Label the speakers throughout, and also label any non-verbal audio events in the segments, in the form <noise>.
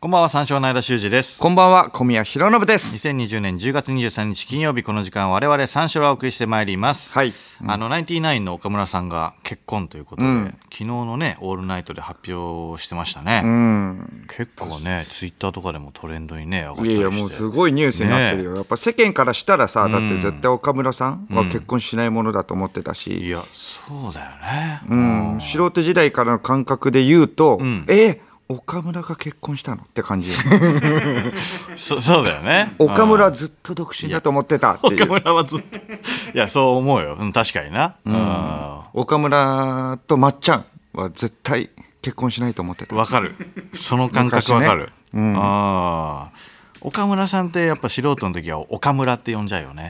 Speaker 1: こんばんは、三照の間修二です。
Speaker 2: こんばんは、小宮浩信です。
Speaker 1: 2020年10月23日金曜日この時間我々三四郎をお送りしてまいります。
Speaker 2: はい
Speaker 1: あのナインティナインの岡村さんが結婚ということで、昨日のねオールナイトで発表してましたね。
Speaker 2: うん。
Speaker 1: 結構ねツイッターとかでもトレンドにね上がった
Speaker 2: い
Speaker 1: り
Speaker 2: や
Speaker 1: して。
Speaker 2: いや、もうすごいニュースになってるよ。やっぱ世間からしたらさ、だって絶対岡村さんは結婚しないものだと思ってた
Speaker 1: い
Speaker 2: し、
Speaker 1: やそうだよね。
Speaker 2: うん、素人時代からの感覚で言うと、え岡村が結婚したのって感 <laughs> じよ。
Speaker 1: そそうだよね。
Speaker 2: 岡村ずっと独身だと思ってたってい
Speaker 1: 岡
Speaker 2: う。
Speaker 1: 村はずっといやそう思うよ。うん確かにな。うん
Speaker 2: 岡村とまっちゃんは絶対結婚しないと思ってた。
Speaker 1: わかる。その感覚わかる。ああ。岡村さんってやっぱ素人の時は岡村って呼んじゃうよね。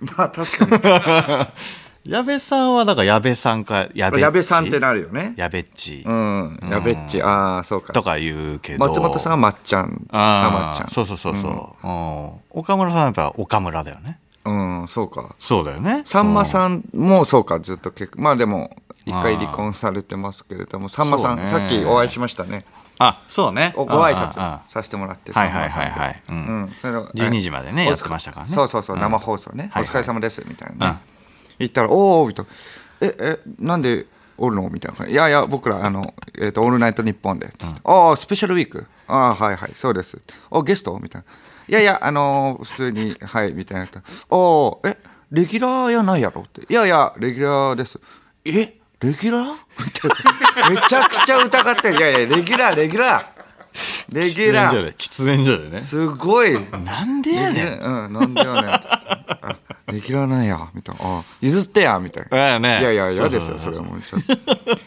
Speaker 2: まあ <laughs> 確か
Speaker 1: <coughs> 矢部さんはだから矢部さんか矢部
Speaker 2: に。矢部さんって
Speaker 1: な。
Speaker 2: なるよね。
Speaker 1: 矢部っち
Speaker 2: うん。矢部っち、ああ、そうか
Speaker 1: と。か言うけど。
Speaker 2: 松本さんはまっちゃん。まっ
Speaker 1: あ
Speaker 2: ちゃ
Speaker 1: あ
Speaker 2: ん。
Speaker 1: そうそうそうそう、うん岡村さんはやっぱ岡村だよね。
Speaker 2: うん、そうか。
Speaker 1: そうだよね。
Speaker 2: さんまさんもそうか、ずっと結構、まあでも、一回離婚されてますけれども、さんまさ、
Speaker 1: そうんね
Speaker 2: さっきお会いしましたね。
Speaker 1: あ、そうね。
Speaker 2: おご挨
Speaker 1: あ
Speaker 2: 拶
Speaker 1: ああ
Speaker 2: させてもらって、
Speaker 1: はい
Speaker 2: さんまさん
Speaker 1: はいはいはい
Speaker 2: で
Speaker 1: うん
Speaker 2: うんそれを
Speaker 1: 12時までね
Speaker 2: お疲
Speaker 1: やってましたからね
Speaker 2: そうそうそう、生放送ね、
Speaker 1: はい
Speaker 2: お疲れ様です、みたいなね、
Speaker 1: う
Speaker 2: 言ったら、おおみたいな、え、え、なんでおるのみたいな感じ、いやいや、僕ら、あの、えっ、と、オールナイトニッポンで、ああ、スペシャルウィーク、ああ、はいはい、そうです、おゲストみたいな、いやいや、あのー普通に、はい、みたいな、おおえ、レギュラーやないやろって、いやいや、レギュラーです、え、レギュラー <laughs> みたいなめちゃくちゃ疑ってる、いやいや、レギュラー、レギュラー。レギ
Speaker 1: ん。喫煙
Speaker 2: ュラー
Speaker 1: 所で喫煙所でね。
Speaker 2: すごい。
Speaker 1: なんでやねん。
Speaker 2: うん、なんで
Speaker 1: <laughs>
Speaker 2: やねん。あできらないや、みたいな。あ譲ってや、みたいな。
Speaker 1: だよね
Speaker 2: いやいや、嫌です
Speaker 1: そ
Speaker 2: よ、
Speaker 1: うそ
Speaker 2: そうれ
Speaker 1: そ
Speaker 2: は
Speaker 1: う
Speaker 2: もうちょっと。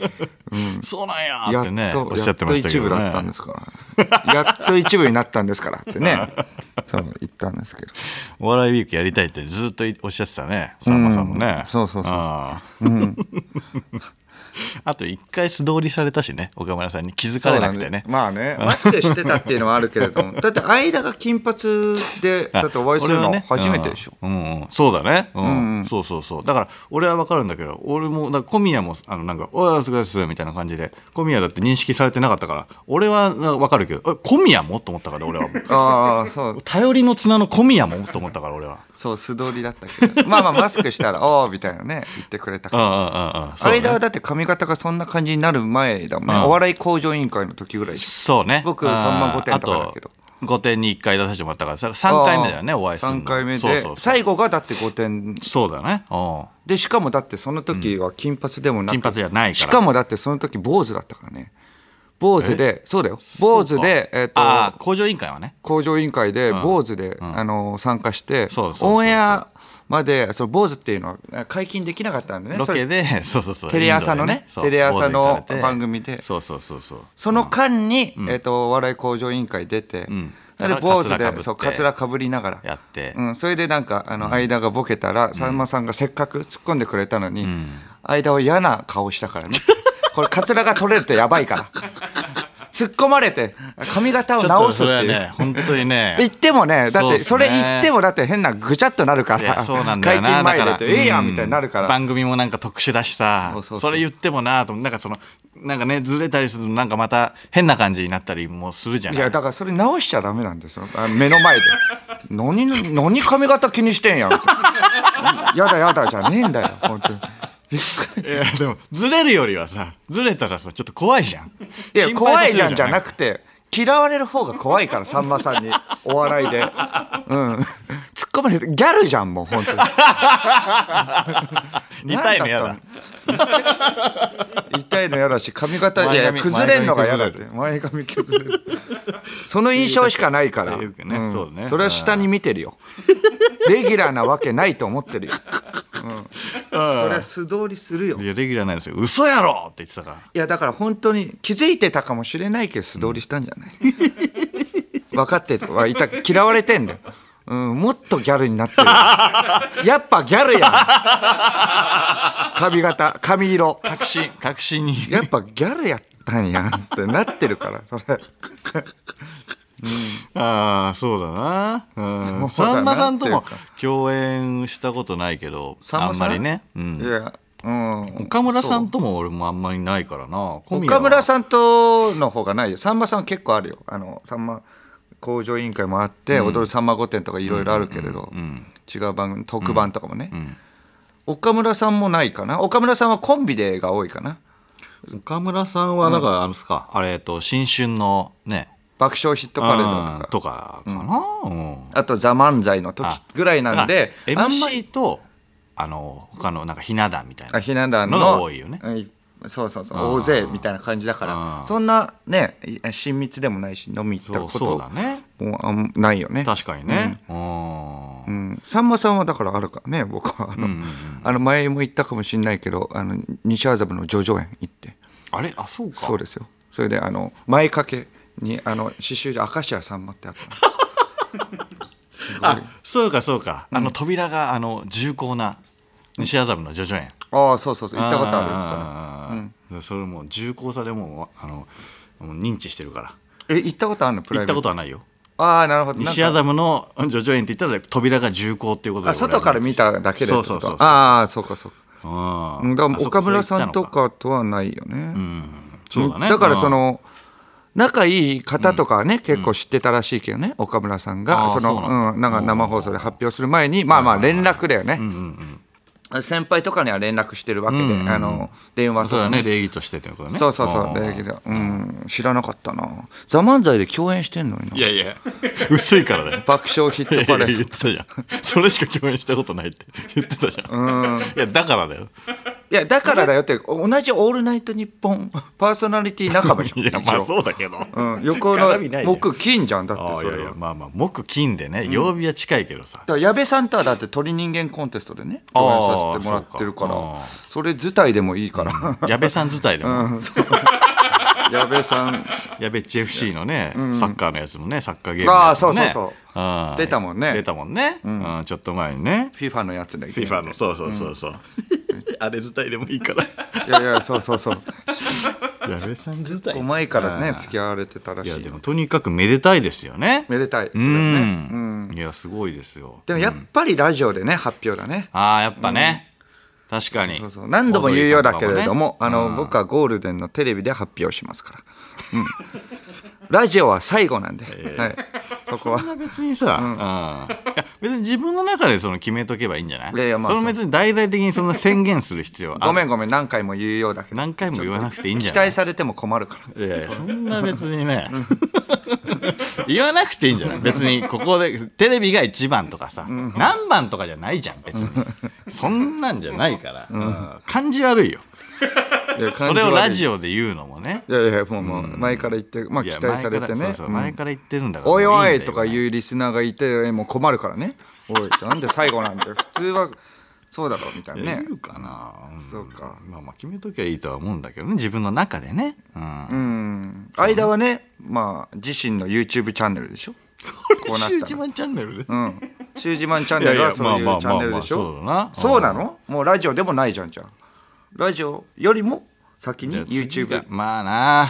Speaker 1: そうなんや
Speaker 2: や
Speaker 1: っ
Speaker 2: ってと、
Speaker 1: ねおっし
Speaker 2: や
Speaker 1: ゃ
Speaker 2: っ
Speaker 1: ってま
Speaker 2: と
Speaker 1: したけ
Speaker 2: 一
Speaker 1: ど、ね。
Speaker 2: 部だったんですから。やっと一部になったんですからっ
Speaker 1: <laughs>
Speaker 2: てね。そう、言ったんですけど。
Speaker 1: お笑いウィークやりたいってずっとおっしゃってたねさんまさんもね、
Speaker 2: うんそうそうそう
Speaker 1: ああ <laughs> あと一回素通りされたしね岡村さんに気づかれなくてね
Speaker 2: そうだまあね、マスクしてたっていうのはあるけれど
Speaker 1: <laughs>
Speaker 2: も。だって、間が金髪で、だってお会いするの初めてでしょ。
Speaker 1: 俺はねうんうんそうだね、うんそうそうそうだから俺は分かるんだけど俺もだから小宮もあのなんか「おいお疲れです」みたいな感じで小宮だって認識されてなかったから俺はなんか分かるけどえ「小宮も?」と思ったから俺
Speaker 2: <laughs>
Speaker 1: はもう
Speaker 2: ああ、そう。
Speaker 1: 頼りの綱の小宮もと思ったから俺は
Speaker 2: そう、素通りだったけど。まあまあ、マスクしたら、おーみたいなね、言ってくれたから
Speaker 1: うんうんうんうんそうね
Speaker 2: 間はだって髪型がそんな感じになる前だもんね、
Speaker 1: うん
Speaker 2: お笑い向上委員会の時ぐらいでし
Speaker 1: そうね。
Speaker 2: 僕さんま御殿とかだけど
Speaker 1: あと5点に1回出させてもらったからさ、
Speaker 2: ょ
Speaker 1: 3回目だよね、お会いするの。
Speaker 2: 3回目で
Speaker 1: そうそうそう。
Speaker 2: 最後がだって5点
Speaker 1: そうだね。う
Speaker 2: でしかもだってその時は金髪でもなく、
Speaker 1: 金髪じゃないから
Speaker 2: しかもだってその時坊主だったからね坊主でそうだよ坊主でえっ、
Speaker 1: ああ、
Speaker 2: と
Speaker 1: 工場委員会はね。
Speaker 2: 向上委員会で坊主で、あの参加して
Speaker 1: そうそうそうそう
Speaker 2: オンエアまでその坊主っていうのは解禁できなかったんでね
Speaker 1: ロ
Speaker 2: それ
Speaker 1: ケで、 <laughs> そうそうそう。
Speaker 2: テレ朝のね
Speaker 1: インドでそう
Speaker 2: テレ朝の
Speaker 1: 坊主にされて
Speaker 2: 番組で
Speaker 1: そうそうそうそう。
Speaker 2: その間に、えっ、と、お笑い向上委員会出て、
Speaker 1: ん
Speaker 2: それで坊主
Speaker 1: かつらかぶっ
Speaker 2: で、
Speaker 1: て
Speaker 2: そう、かつらかぶりながら。
Speaker 1: やって
Speaker 2: うん、それでなんか、あの、間がボケたら、さんまさんがせっかく突っ込んでくれたのに、間を嫌な顔したからね。
Speaker 1: <laughs>
Speaker 2: これ、かつらが取れるとやばいから。突っ込まれて、髪型を
Speaker 1: ちょっ
Speaker 2: 直
Speaker 1: と
Speaker 2: す
Speaker 1: そ
Speaker 2: って
Speaker 1: れは
Speaker 2: <laughs> いう。。
Speaker 1: ね、本当にね
Speaker 2: 言ってもね、だ
Speaker 1: そ
Speaker 2: っ、
Speaker 1: うってすね
Speaker 2: それ言ってもだって変なぐちゃっとなるか
Speaker 1: い
Speaker 2: ら、
Speaker 1: やそうなんだよな
Speaker 2: 解禁前
Speaker 1: だ
Speaker 2: だ
Speaker 1: か
Speaker 2: と、
Speaker 1: ら
Speaker 2: ええやんみたいになるから、
Speaker 1: 番組もなんか特殊だしさ
Speaker 2: そうそうそう
Speaker 1: それ言ってもなと思うなんかそのなんかねずれたりするとなんかまた変な感じになったりもするじゃない
Speaker 2: いやだからそれ直しちゃダメなんですよあ目の前で何何髪型気にしてんやんってやだやだじゃねえんだよ本当にびっくり
Speaker 1: いやでもずれるよりはさずれたらさちょっと怖いじゃん
Speaker 2: いや
Speaker 1: 心配さ
Speaker 2: 怖
Speaker 1: せ
Speaker 2: い
Speaker 1: る
Speaker 2: じゃんじゃな
Speaker 1: く
Speaker 2: くて嫌われる方が怖いからさんまさんにお笑いでうん突っ込まれてギャルじゃんもう本当に
Speaker 1: 痛いのやだ
Speaker 2: なんったの痛いのやだし髪型いやいや
Speaker 1: 前髪
Speaker 2: 崩れんのがやだって前髪崩れるその印象しかないから
Speaker 1: っていうかね
Speaker 2: うん
Speaker 1: そうね
Speaker 2: それは下に見てるよレギュラーなわけないと思ってるよ、うん、それは素通りするよ
Speaker 1: いやレギュラーなんですよ嘘やろって言ってたから
Speaker 2: いやだから本当に気づいてたかもしれないけど素通りしたんじゃない、 <laughs> 分かってはいた嫌われてんだよ、うん、もっとギャルになってるよやっぱギャルやん髪型髪色
Speaker 1: 確信確信に
Speaker 2: やっぱギャルやったんやんってなってるからそれ
Speaker 1: ああそうだなうん
Speaker 2: そうだ
Speaker 1: さ
Speaker 2: な
Speaker 1: んまさんとも
Speaker 2: っていう
Speaker 1: 共演したことないけどあんまりね、う
Speaker 2: い
Speaker 1: ん、
Speaker 2: や、うん、
Speaker 1: 岡村さんとも俺もあんまりないからな小宮は
Speaker 2: 岡村さんとの方がないよさんまさんは結構あるよあのさんま工場委員会もあって「踊るさんま御殿」とかいろいろあるけれど、違う番組特番とかもね、岡村さんもないかな岡村さんはコンビでが多いかな
Speaker 1: 岡村さんはだからあのすか、あれえっと新春のね
Speaker 2: 爆笑ヒットパレードと
Speaker 1: うん
Speaker 2: か
Speaker 1: とかかな、うん
Speaker 2: あと「ザ漫才の時ぐらいなんで
Speaker 1: だから
Speaker 2: あんまり
Speaker 1: MC とあの他のなんかひな壇みたい
Speaker 2: あ
Speaker 1: な
Speaker 2: ひな壇の
Speaker 1: のが多いよね
Speaker 2: うんそうそうそう大勢みたいな感じだか
Speaker 1: う
Speaker 2: ら
Speaker 1: ん
Speaker 2: そんなねい親密でもないし飲み行った
Speaker 1: そう
Speaker 2: こ
Speaker 1: そうだ
Speaker 2: と
Speaker 1: ね
Speaker 2: もあんないよね
Speaker 1: 確かにね、うん
Speaker 2: うんさんまさんはだからあるからね僕はあの,、あの前も言ったかもしれないけどあの西麻布の叙々苑行って
Speaker 1: あれあそうか
Speaker 2: そうですよそれであの前掛けにあの刺繍で明石家さんまってあったの
Speaker 1: あそうかそうか、あの扉があの重厚な西麻布の叙々苑 <laughs>
Speaker 2: ああそうそうそう行ったことあ
Speaker 1: るそれ,、それもう重厚さでもうあのもう認知してるから
Speaker 2: るよそれえ行ったことあるのプラ
Speaker 1: 行
Speaker 2: イ
Speaker 1: っ
Speaker 2: ベ
Speaker 1: た
Speaker 2: ート
Speaker 1: ことはないよ
Speaker 2: ああなるほどなんか
Speaker 1: 西麻布の叙々苑って言ったら扉が重厚っていうことで
Speaker 2: あ外から見ただけで
Speaker 1: そうそうそうそう
Speaker 2: ああそうかそうか
Speaker 1: あ
Speaker 2: うんだから岡村さんとかとはないよね、
Speaker 1: そうだね
Speaker 2: からその仲いい方とかはね、結構知ってたらしいけどね岡村さん
Speaker 1: あ
Speaker 2: が
Speaker 1: ー
Speaker 2: そ
Speaker 1: そうなんだ
Speaker 2: のうん、なんか生放送で発表する前にまあまあ連絡だよね、先輩とかには連絡してるわけで、あの電話と
Speaker 1: そう
Speaker 2: か
Speaker 1: だね礼儀としてということね
Speaker 2: そうそうそ
Speaker 1: ん
Speaker 2: う礼儀でうん知らなかったな「ザ漫才で共演してんのにない
Speaker 1: やいや <laughs> 薄いからだよ
Speaker 2: 爆笑ヒッ
Speaker 1: いやいや
Speaker 2: トパレ
Speaker 1: <laughs> 言
Speaker 2: ー
Speaker 1: っ
Speaker 2: ド
Speaker 1: てたじゃんそれしか共演したことないって言ってたじゃんいやだからだよ
Speaker 2: いやだからだよって同じ「オールナイトニッポン」 <laughs> パーソナリティ仲間じゃん
Speaker 1: いやまあ
Speaker 2: 一応
Speaker 1: そうだけど
Speaker 2: うん、横の
Speaker 1: 絡みないよ
Speaker 2: 木金じゃんだって
Speaker 1: ああ
Speaker 2: そ
Speaker 1: い
Speaker 2: れは
Speaker 1: やいやまあまあ木金でね曜日は近いけどさ
Speaker 2: だから矢部さんとはだって鳥人間コンテストでね
Speaker 1: あー
Speaker 2: 共演させてもらってるから
Speaker 1: そうかあ
Speaker 2: それ自体でもいいから、
Speaker 1: 矢部さん自体でも
Speaker 2: <laughs> 矢部さん
Speaker 1: 矢部っち FC のねサッカーのやつもねサッカーゲーム
Speaker 2: あ
Speaker 1: のや
Speaker 2: あ
Speaker 1: つ
Speaker 2: そ
Speaker 1: も
Speaker 2: うそう
Speaker 1: ね
Speaker 2: そう
Speaker 1: うん
Speaker 2: 出たもんね
Speaker 1: 出たもんねうんちょっと前にね
Speaker 2: FIFA のやつで
Speaker 1: FIFA のそうそうそうそうあれ自体でもいいから
Speaker 2: いやいやそうそうそう
Speaker 1: 矢部さん自体
Speaker 2: うまいか
Speaker 1: <laughs>
Speaker 2: らね付き合われてたら
Speaker 1: い
Speaker 2: しい
Speaker 1: やでもとにかくめでたいですよね
Speaker 2: めでたいそれ
Speaker 1: う
Speaker 2: はね
Speaker 1: んいやすごいですよ
Speaker 2: でもやっぱりラジオでね発表だね
Speaker 1: ああやっぱね確かに
Speaker 2: そうそう何度も言うようだけれども
Speaker 1: オー
Speaker 2: あ
Speaker 1: ドリーさんとかね
Speaker 2: の僕はゴールデンのテレビで発表しますから、うん、ラジオは最後なんで、はい、そこは
Speaker 1: そんな別にさ、うんいや別に自分の中でその決めとけばいいんじゃない
Speaker 2: いやいやまあ
Speaker 1: その別に大々的にそんな宣言する必要
Speaker 2: ごめ
Speaker 1: ん
Speaker 2: んごめん何回も言うようだけど
Speaker 1: 何回も言わなくていいんじ
Speaker 2: 期
Speaker 1: ゃない
Speaker 2: 待されても困るから
Speaker 1: いやいやそんな別にね <laughs> 言わなくていいんじゃない別にここでテレビが一番とかさ、何番とかじゃないじゃん別にそんなんじゃないから、うん感じ悪いよそれをラジオで言うのもね
Speaker 2: いやいやもうもう前から言ってるまあ
Speaker 1: い
Speaker 2: 期
Speaker 1: や
Speaker 2: 待され
Speaker 1: 前か
Speaker 2: て
Speaker 1: らそ
Speaker 2: ね
Speaker 1: うそう
Speaker 2: うん
Speaker 1: 前から言ってるんだから
Speaker 2: おい
Speaker 1: もう
Speaker 2: お
Speaker 1: んだ
Speaker 2: い
Speaker 1: よ
Speaker 2: とか言うリスナーがいてもう困るからねおいなんで最後な
Speaker 1: <laughs>
Speaker 2: んだよ普通はそうだろうみたい
Speaker 1: い
Speaker 2: な
Speaker 1: や
Speaker 2: ね
Speaker 1: 言うかな、ん
Speaker 2: そうか
Speaker 1: まあまあ決めときゃいいとは思うんだけどね自分の中でね、うん
Speaker 2: うん間はねまあ自身の YouTube チャンネルでしょこうなったら
Speaker 1: マンチャンネルで、
Speaker 2: うんシュージマンチャンネルはそういうチャンネルでし
Speaker 1: いやいや
Speaker 2: ょ
Speaker 1: まあまあまあまあそ
Speaker 2: そうう
Speaker 1: だな
Speaker 2: なのもうラジオでもないじゃんじゃんラジオよりも先に
Speaker 1: じゃあ次
Speaker 2: YouTube
Speaker 1: がまあな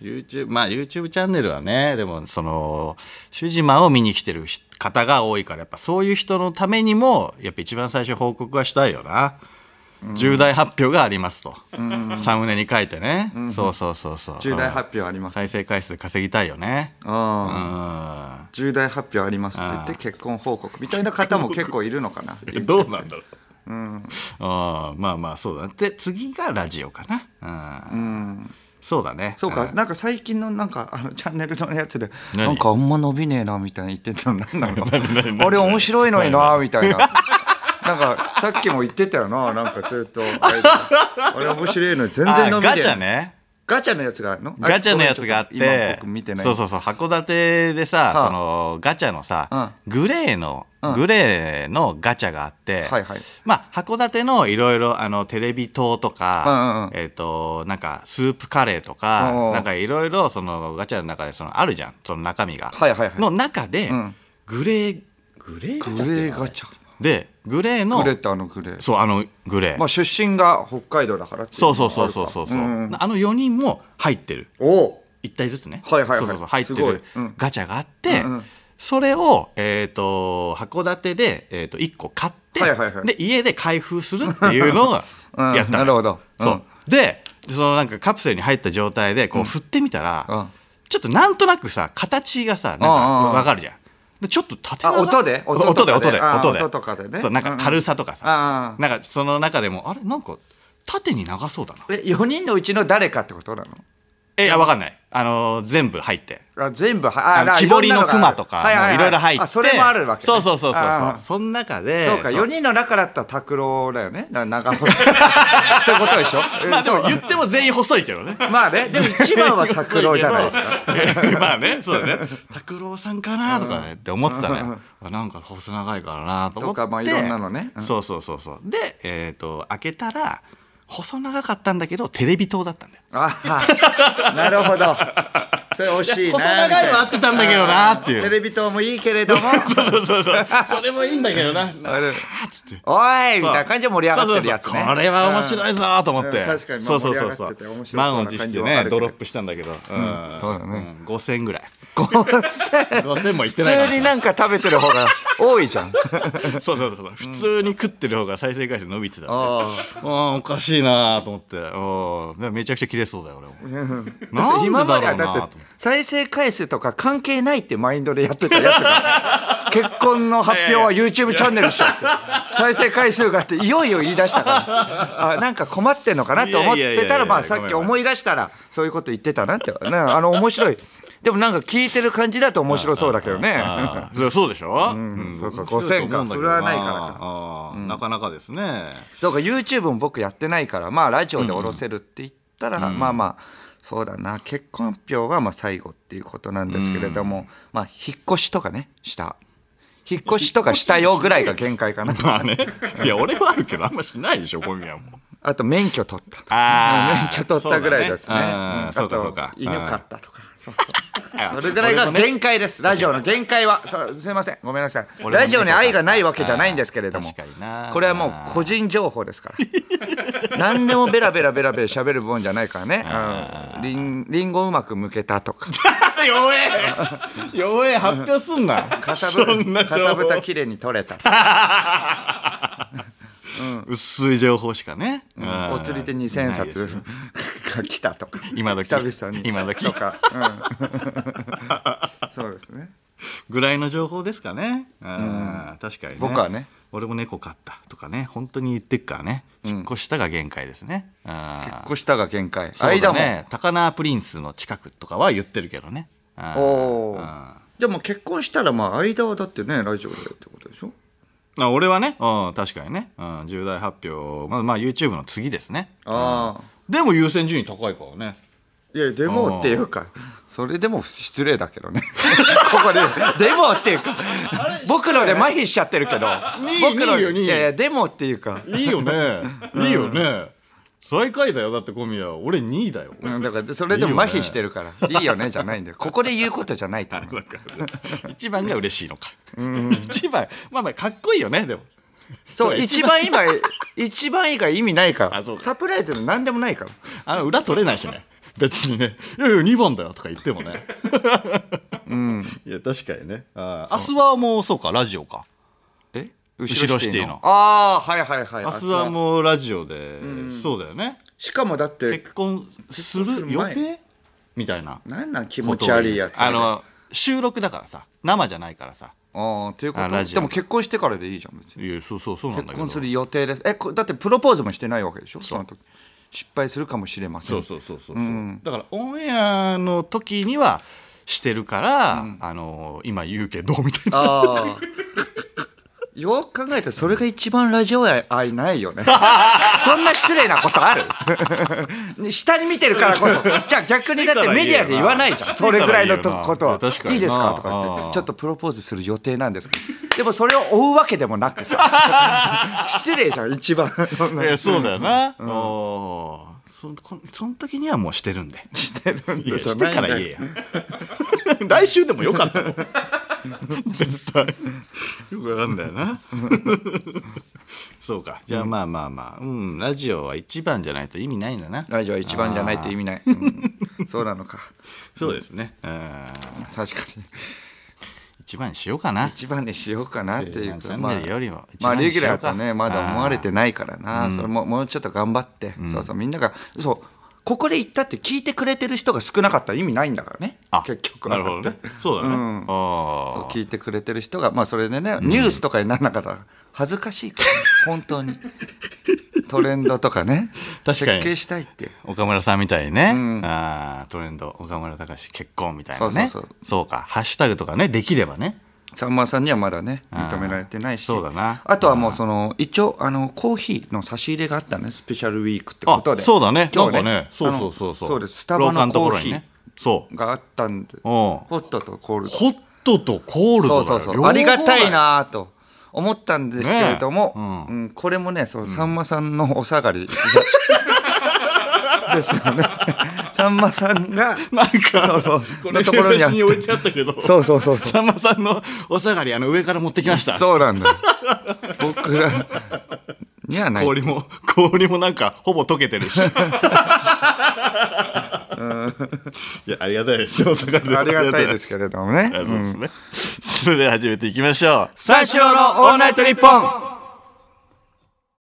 Speaker 1: YouTube まあ YouTube チャンネルはねでもその主人マを見に来てる人方が多いからやっぱそういう人のためにもやっぱ一番最初報告はしたいよな重大発表がありますとサムネに書いてねそうそうそうそう
Speaker 2: 重大発表あります
Speaker 1: 再生回数稼ぎたいよねう
Speaker 2: ああ
Speaker 1: ん
Speaker 2: 重大発表ありますって言って結婚報告みたいな方も結構いるのかな
Speaker 1: <laughs> どうなんだろう、あーまあまあそうだねで次がラジオかなうん、そうだね
Speaker 2: そう
Speaker 1: うん
Speaker 2: かなんか最近のなんかあのチャンネルのやつで
Speaker 1: 何
Speaker 2: なんかあんま伸びねえなみたいな言ってたの何な
Speaker 1: <laughs> 何
Speaker 2: のあれ面白いのになみたいななんかさっきも言ってたよななんかずっとあれ面白いのに全然
Speaker 1: あ
Speaker 2: 伸びねえ
Speaker 1: ガチャね
Speaker 2: ガチャのやつがあるの
Speaker 1: ガチャのやつがあっ
Speaker 2: ごめんちょと
Speaker 1: て
Speaker 2: 今僕見てない
Speaker 1: そうそうそう函館でさ、そのガチャのさ、グレーの、グレーのガチャがあって、
Speaker 2: はいはい
Speaker 1: まあ函館のいろいろあのテレビ塔とか、
Speaker 2: うん
Speaker 1: えっ、となんかスープカレーとか、
Speaker 2: うんうん
Speaker 1: なんかいろいろそのガチャの中でそのあるじゃんその中身が、
Speaker 2: はいはいはい
Speaker 1: の中で、グレーグレーガチャって
Speaker 2: グ
Speaker 1: いう
Speaker 2: レー
Speaker 1: の
Speaker 2: ガチャ
Speaker 1: でグレーの
Speaker 2: グレーってあのグレー
Speaker 1: そうあのグレー、
Speaker 2: まあ出身が北海道だからってい
Speaker 1: そうそうそうそうそうそう、
Speaker 2: ん
Speaker 1: あの4人も入ってる
Speaker 2: おお
Speaker 1: 一体ずつね、
Speaker 2: はいはいはい
Speaker 1: そうそうそう入って
Speaker 2: すごい
Speaker 1: る
Speaker 2: うん
Speaker 1: ガチャがあって、それを、えっ、と、函館で、えっ、と、1個買って、
Speaker 2: はいはいはい
Speaker 1: で、家で開封するっていう
Speaker 2: <laughs>
Speaker 1: のが
Speaker 2: うん
Speaker 1: やったの、
Speaker 2: なるほどうん
Speaker 1: そう。で、そのなんかカプセルに入った状態で、こう振ってみたら、
Speaker 2: うん
Speaker 1: ちょっとなんとなくさ、形がさ、なんか
Speaker 2: うんうんうん
Speaker 1: わかるじゃん。でちょっと縦長
Speaker 2: あ音で
Speaker 1: 音
Speaker 2: 音とか
Speaker 1: で
Speaker 2: で
Speaker 1: 音で
Speaker 2: あー
Speaker 1: 音で
Speaker 2: 音とかでね
Speaker 1: そうなんか軽さとかさ、
Speaker 2: うんうん
Speaker 1: なんかその中でもあれなんか縦に長そうだな
Speaker 2: え4人のうちの誰かってことなの
Speaker 1: えいやわかんないあのー全部入って
Speaker 2: あ全部は
Speaker 1: あの木彫りの熊とか
Speaker 2: はいはは
Speaker 1: もういろいろ入って
Speaker 2: あそれもあるわけね、
Speaker 1: そうそうそうそう
Speaker 2: あ
Speaker 1: そ
Speaker 2: ー
Speaker 1: うその中で
Speaker 2: そうか
Speaker 1: そう
Speaker 2: 4人の中だったら拓郎だよね
Speaker 1: <laughs>
Speaker 2: な長野ってことでしょ
Speaker 1: まあで
Speaker 2: え
Speaker 1: も
Speaker 2: ーそ
Speaker 1: 言っても全員細いけどね
Speaker 2: うまあねでも一番は拓郎じゃないです
Speaker 1: <laughs>
Speaker 2: か
Speaker 1: まあねそうだね拓郎さんかなとかねって思ってたねあなんか細長いからなと思って
Speaker 2: とかまあいろんなのねうん
Speaker 1: そうそうそうそうでえっと開けたら細長かったんだけどテレビ塔だった
Speaker 2: <laughs>
Speaker 1: んだよ
Speaker 2: ああなるほどそれ惜しいな
Speaker 1: 細長いは合ってたんだけどなっていう
Speaker 2: あーテレビ塔もいいけれども
Speaker 1: <laughs> そうそうそうそれもいいんだけどな
Speaker 2: あれ
Speaker 1: あーっつって
Speaker 2: おいみたいな感じで盛り上がってるやつ
Speaker 1: そ
Speaker 2: ね
Speaker 1: うそうそうこれは面
Speaker 2: い
Speaker 1: 白いぞと思って、
Speaker 2: うん確かに
Speaker 1: そうそうそうそ
Speaker 2: 盛り上がってて面白
Speaker 1: う
Speaker 2: そうな
Speaker 1: 満を持して
Speaker 2: 感じはあ
Speaker 1: ね
Speaker 2: るけど
Speaker 1: ドロップしたんだけど、うん
Speaker 2: そうだね
Speaker 1: ん5000円ぐらい
Speaker 2: 5000
Speaker 1: 5000もいって
Speaker 2: 普
Speaker 1: ないかもしれ
Speaker 2: 通に
Speaker 1: ない
Speaker 2: なんか食べてる方が多いじゃん
Speaker 1: そうそうそうそう普通に食ってる方が再生回数伸びてたんで
Speaker 2: あ
Speaker 1: うんおかしいなと思ってうんでめちゃくちゃ切れそうだよ俺もなんで
Speaker 2: 今まで
Speaker 1: だろ
Speaker 2: は
Speaker 1: うなと
Speaker 2: だ
Speaker 1: 思
Speaker 2: っ
Speaker 1: って
Speaker 2: て再生回数とか関係ないってマインドでやってたやつが
Speaker 1: <laughs>
Speaker 2: 結婚の発表は YouTube チャンネルっしょって再生回数がっていよいよ言い出したからあなんか困ってんのかなと思っ
Speaker 1: いやいや
Speaker 2: て
Speaker 1: い
Speaker 2: た
Speaker 1: やい
Speaker 2: ら
Speaker 1: や
Speaker 2: まあさっき思い出したらそういうこと言ってたなってねあの面白いでもなんか聞いてる感じだと面白そうだけどね
Speaker 1: あーそうでしょ、うん
Speaker 2: そうか
Speaker 1: 面白いと思うんだけど
Speaker 2: 5000か振るわないからか
Speaker 1: あーなかなかですね
Speaker 2: そうか YouTube も僕やってないからまあラジオで下ろせるって言ったら、まあまあそうだな結婚発表はまあ最後っていうことなんですけれども、まあ引っ越しとかねした引っ越しとかしたよぐらいが限界かな
Speaker 1: まあねいや俺はあるけどあんましないでしょ小宮も
Speaker 2: <laughs> あと免許取ったと
Speaker 1: あ
Speaker 2: 免許取ったぐらいですね
Speaker 1: そうう,、
Speaker 2: ん
Speaker 1: ね
Speaker 2: あ
Speaker 1: あーそうかそうか
Speaker 2: と犬
Speaker 1: あ
Speaker 2: 飼
Speaker 1: ー
Speaker 2: ったとかそう
Speaker 1: あ
Speaker 2: それぐらいが限界ですラジオの限界はそうすいませんごめんなさいラジオに愛がないわけじゃないんですけれども
Speaker 1: 確かにな
Speaker 2: これはもう個人情報ですか
Speaker 1: <laughs>
Speaker 2: ら何でもベラベラベラベラ喋るもんじゃないからねうんりんりんごうまく剥け
Speaker 1: <laughs>
Speaker 2: たとか
Speaker 1: 弱え弱え発表すんな
Speaker 2: かさ
Speaker 1: そんな情報
Speaker 2: ぶかさぶたきれいに取れたとか
Speaker 1: 薄い情報しかね、うん
Speaker 2: お釣りで2000
Speaker 1: ないです
Speaker 2: 冊
Speaker 1: よ
Speaker 2: が来たとか
Speaker 1: 今時
Speaker 2: 久々に
Speaker 1: 今時
Speaker 2: とか、
Speaker 1: <laughs>
Speaker 2: うん、そうですね
Speaker 1: ぐらいの情報ですかね、うん、確かにね
Speaker 2: 僕はね
Speaker 1: 俺も猫飼ったとかね本当に言ってっからね引っ越したが限界ですね、うん、
Speaker 2: こしたが限界、
Speaker 1: そう
Speaker 2: 間
Speaker 1: だ
Speaker 2: も
Speaker 1: ね高輪プリンスの近くとかは言ってるけどねうん
Speaker 2: お
Speaker 1: うん
Speaker 2: ーでも結婚したらまあ間はだってねラジオでってことでしょ
Speaker 1: あ俺はね、うん、確かにね、うん、重大発表、まあ、まあ YouTube の次ですね
Speaker 2: ああ
Speaker 1: でも優先順位高いからね
Speaker 2: いやでもっていうかそれでも失礼だけどね <laughs> ここででもっていうか僕ので麻痺しちゃってるけど
Speaker 1: いい
Speaker 2: 僕の
Speaker 1: いいよいいよ
Speaker 2: いやいやでもっていうか
Speaker 1: いいよ <laughs> ねいいよね最下位だよだって小宮俺2位だよ <laughs>
Speaker 2: うんだからそれでも麻痺してるからいいよねじゃないんだよここで言うことじゃないと思う
Speaker 1: だから一番が嬉しいのか一番まあまあかっこいいよねでも
Speaker 2: そう一番今一番以外意味ないか
Speaker 1: あそう
Speaker 2: ら
Speaker 1: か
Speaker 2: サプライズの何でもないから
Speaker 1: あの裏取れないしね別にね「いやいや2番だよ」とか言っても <laughs> ねいや確かにねあーアスワもそうかラジオか
Speaker 2: え
Speaker 1: 後ろシティの
Speaker 2: ああはいはいはい
Speaker 1: アスワもラジオでそうだよね
Speaker 2: しかもだって
Speaker 1: 結婚す
Speaker 2: 結婚す
Speaker 1: る
Speaker 2: る
Speaker 1: 予
Speaker 2: 前
Speaker 1: 定みたいな
Speaker 2: なんなん気
Speaker 1: こ
Speaker 2: 持
Speaker 1: とを
Speaker 2: ち悪いやつ
Speaker 1: あの収録だからさ生じゃないからさ
Speaker 2: あーっていうこ
Speaker 1: あ
Speaker 2: と
Speaker 1: ラジオ
Speaker 2: でも結婚してからでいいじゃん別に
Speaker 1: いやそうそうそうなんだ
Speaker 2: 結
Speaker 1: けど
Speaker 2: 婚する予定ですえこだってプロポーズもしてないわけでしょその時失敗するかもしれません
Speaker 1: そうそうそうそうそう、だからオンエアの時にはしてるから、あの今言うけどみたいな
Speaker 2: ああよく考えたらそれが一番ラジオ愛ない <laughs> よねそんな失礼なことあるね下に見てるからこそじゃあ逆にだってメディアで言わないじゃんそれぐらいのとことは
Speaker 1: 確かにない
Speaker 2: いですかとか言っ
Speaker 1: あ
Speaker 2: て
Speaker 1: ー
Speaker 2: ちょっとプロポーズする予定なんですけどでもそれを追うわけでもなくさ <laughs> 失礼じゃん一番
Speaker 1: いやそうだよな、うんそんこんその時にはもうしてるんでしてるん
Speaker 2: でじゃ
Speaker 1: し
Speaker 2: な
Speaker 1: て
Speaker 2: い
Speaker 1: か
Speaker 2: んだよ
Speaker 1: ら言えや <laughs> 来週でもよかった <laughs> の絶対よくわかんだよ <laughs> なそうかじゃあまあまあまあうんラジオは一番じゃないと意味ないんだな
Speaker 2: ラジオは一番じゃないと意味ない、うんそうなのか
Speaker 1: そうですね、うん
Speaker 2: 確かに
Speaker 1: 一番にしようかな
Speaker 2: 一番にしようかなっていう
Speaker 1: チャ
Speaker 2: か、
Speaker 1: ン
Speaker 2: まあ、
Speaker 1: ネルよりも一
Speaker 2: まあ
Speaker 1: 番に
Speaker 2: レ
Speaker 1: し
Speaker 2: ギュ
Speaker 1: よ
Speaker 2: ラ
Speaker 1: う
Speaker 2: ー
Speaker 1: か
Speaker 2: とねまだ思われてないからな、それももうちょっと頑張って、そうそうみんながそうここで言ったって聞いてくれてる人が少なかったら意味ないんだからね
Speaker 1: あ
Speaker 2: 結局は
Speaker 1: なるほどねそうだね、あ
Speaker 2: そう
Speaker 1: あ
Speaker 2: 聞いてくれてる人がまあそれでねニュースとかにならなかったら恥ずかしいから、本当にトレンドとかね
Speaker 1: <laughs> 確かに
Speaker 2: 設計したいって
Speaker 1: 岡村さんみたいにね、ああトレンド岡村隆史結婚みたいなね
Speaker 2: そうそうそ
Speaker 1: かハッシュタグとかねできればね
Speaker 2: さんまさんにはまだね認められてないし
Speaker 1: そうだな
Speaker 2: あとはもうその一応あのコーヒーの差し入れがあったねスペシャルウィークって
Speaker 1: あ
Speaker 2: ことで
Speaker 1: そうだね
Speaker 2: 今
Speaker 1: なん
Speaker 2: 日
Speaker 1: かねそうそうそうそ
Speaker 2: あ
Speaker 1: う
Speaker 2: のそうですスタバのコ
Speaker 1: 廊下とこ
Speaker 2: ーヒー
Speaker 1: ろにねそう
Speaker 2: があったんで
Speaker 1: おう
Speaker 2: ホットとコールド
Speaker 1: ホットとコールドだ
Speaker 2: そ
Speaker 1: よ
Speaker 2: うそうそ
Speaker 1: 両
Speaker 2: う
Speaker 1: 方
Speaker 2: あ
Speaker 1: だ
Speaker 2: り
Speaker 1: よ
Speaker 2: がたいなと思ったんですけれども、
Speaker 1: ね
Speaker 2: うんこれもねそのさんまさんのお
Speaker 1: <laughs>
Speaker 2: 下がり、ですよねさんまさんが
Speaker 1: なんか
Speaker 2: そうそう
Speaker 1: こ
Speaker 2: の
Speaker 1: れ
Speaker 2: ところにあっ
Speaker 1: 写
Speaker 2: て
Speaker 1: 真置いてあったけど
Speaker 2: そうそうそうそう
Speaker 1: さんまさんのお下がりあの上から持ってきました
Speaker 2: そうなんだよ僕らにはない
Speaker 1: 氷も <laughs> 氷もなんかほぼ溶けてるし <laughs> いやありがたいですお下がりで
Speaker 2: ありがたいですけれどもね
Speaker 1: ありがとうございますねそれでは始めていきましょう
Speaker 2: 三四郎のオールナイトニッポン